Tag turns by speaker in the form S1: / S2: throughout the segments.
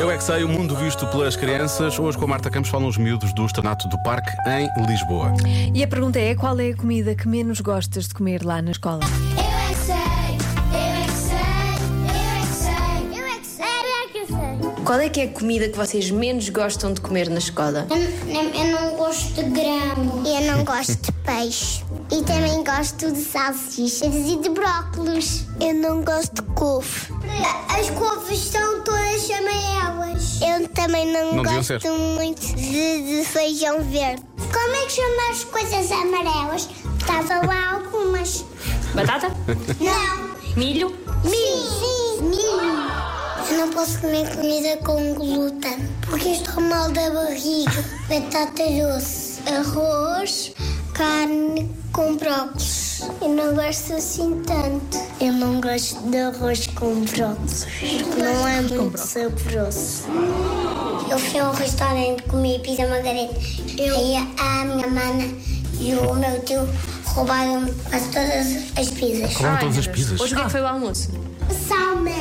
S1: Eu é que sei, o mundo visto pelas crianças. Hoje com a Marta Campos falam os miúdos do Estanato do Parque em Lisboa.
S2: E a pergunta é: qual é a comida que menos gostas de comer lá na escola?
S3: Eu é que sei, eu é que sei, eu é que sei, eu é que sei, eu
S4: Qual é que é a comida que vocês menos gostam de comer na escola?
S3: é que sei. Eu não gosto de grama. Eu não gosto de peixe. E também gosto de salsichas e de brócolos. Eu não gosto de couve. As couves são todas amarelas. Eu também não,
S1: Não deviam
S3: gosto
S1: ser.
S3: muito de, de feijão verde. Como é que chama as coisas amarelas? Estava lá algumas.
S4: Batata?
S3: Não.
S4: Milho?
S3: Milho. Milho. Eu não posso comer comida com glúten porque estou mal da barriga. Batata doce, arroz, carne com brócolis. Eu não gosto assim tanto. Eu não gosto de arroz com brócolis porque não é muito saboroso. Eu fui a um restaurante comi pizza margarita. Eu e a minha mana e o meu tio roubaram quase todas as pizzas.
S1: Comeram todas as pizzas. Ah.
S4: Hoje o que é que foi o almoço?
S3: Salmão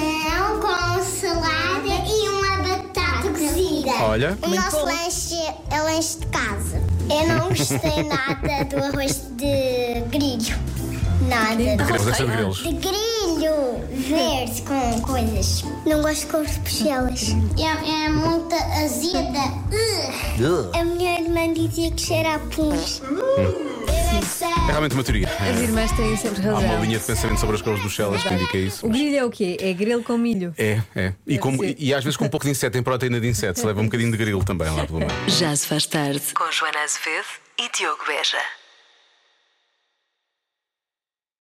S3: com salada e uma batata cozida.
S1: Olha.
S3: O nosso lanche é lanche de casa. Eu não gostei nada do arroz de grilho. Nada.
S1: Queremos é que saber deles.
S3: De grilho verde com coisas. Não gosto de couve de puxelas. É, é muito azeda. A minha irmã dizia que cheira a pus. Eu é que sei.
S1: É realmente uma teoria.
S2: As irmãs têm sempre
S1: Há uma
S2: razão.
S1: linha de pensamento sobre as coisas do Shellas que indica isso.
S2: O grelho é o quê? É grelho com milho.
S1: É, é. E, como-
S2: ser.
S1: e às vezes com um pouco de inseto, tem proteína de inseto, se leva um bocadinho de grilo também lá pelo meio.
S5: Já se faz tarde com Joana Azevedo e Diogo Beja.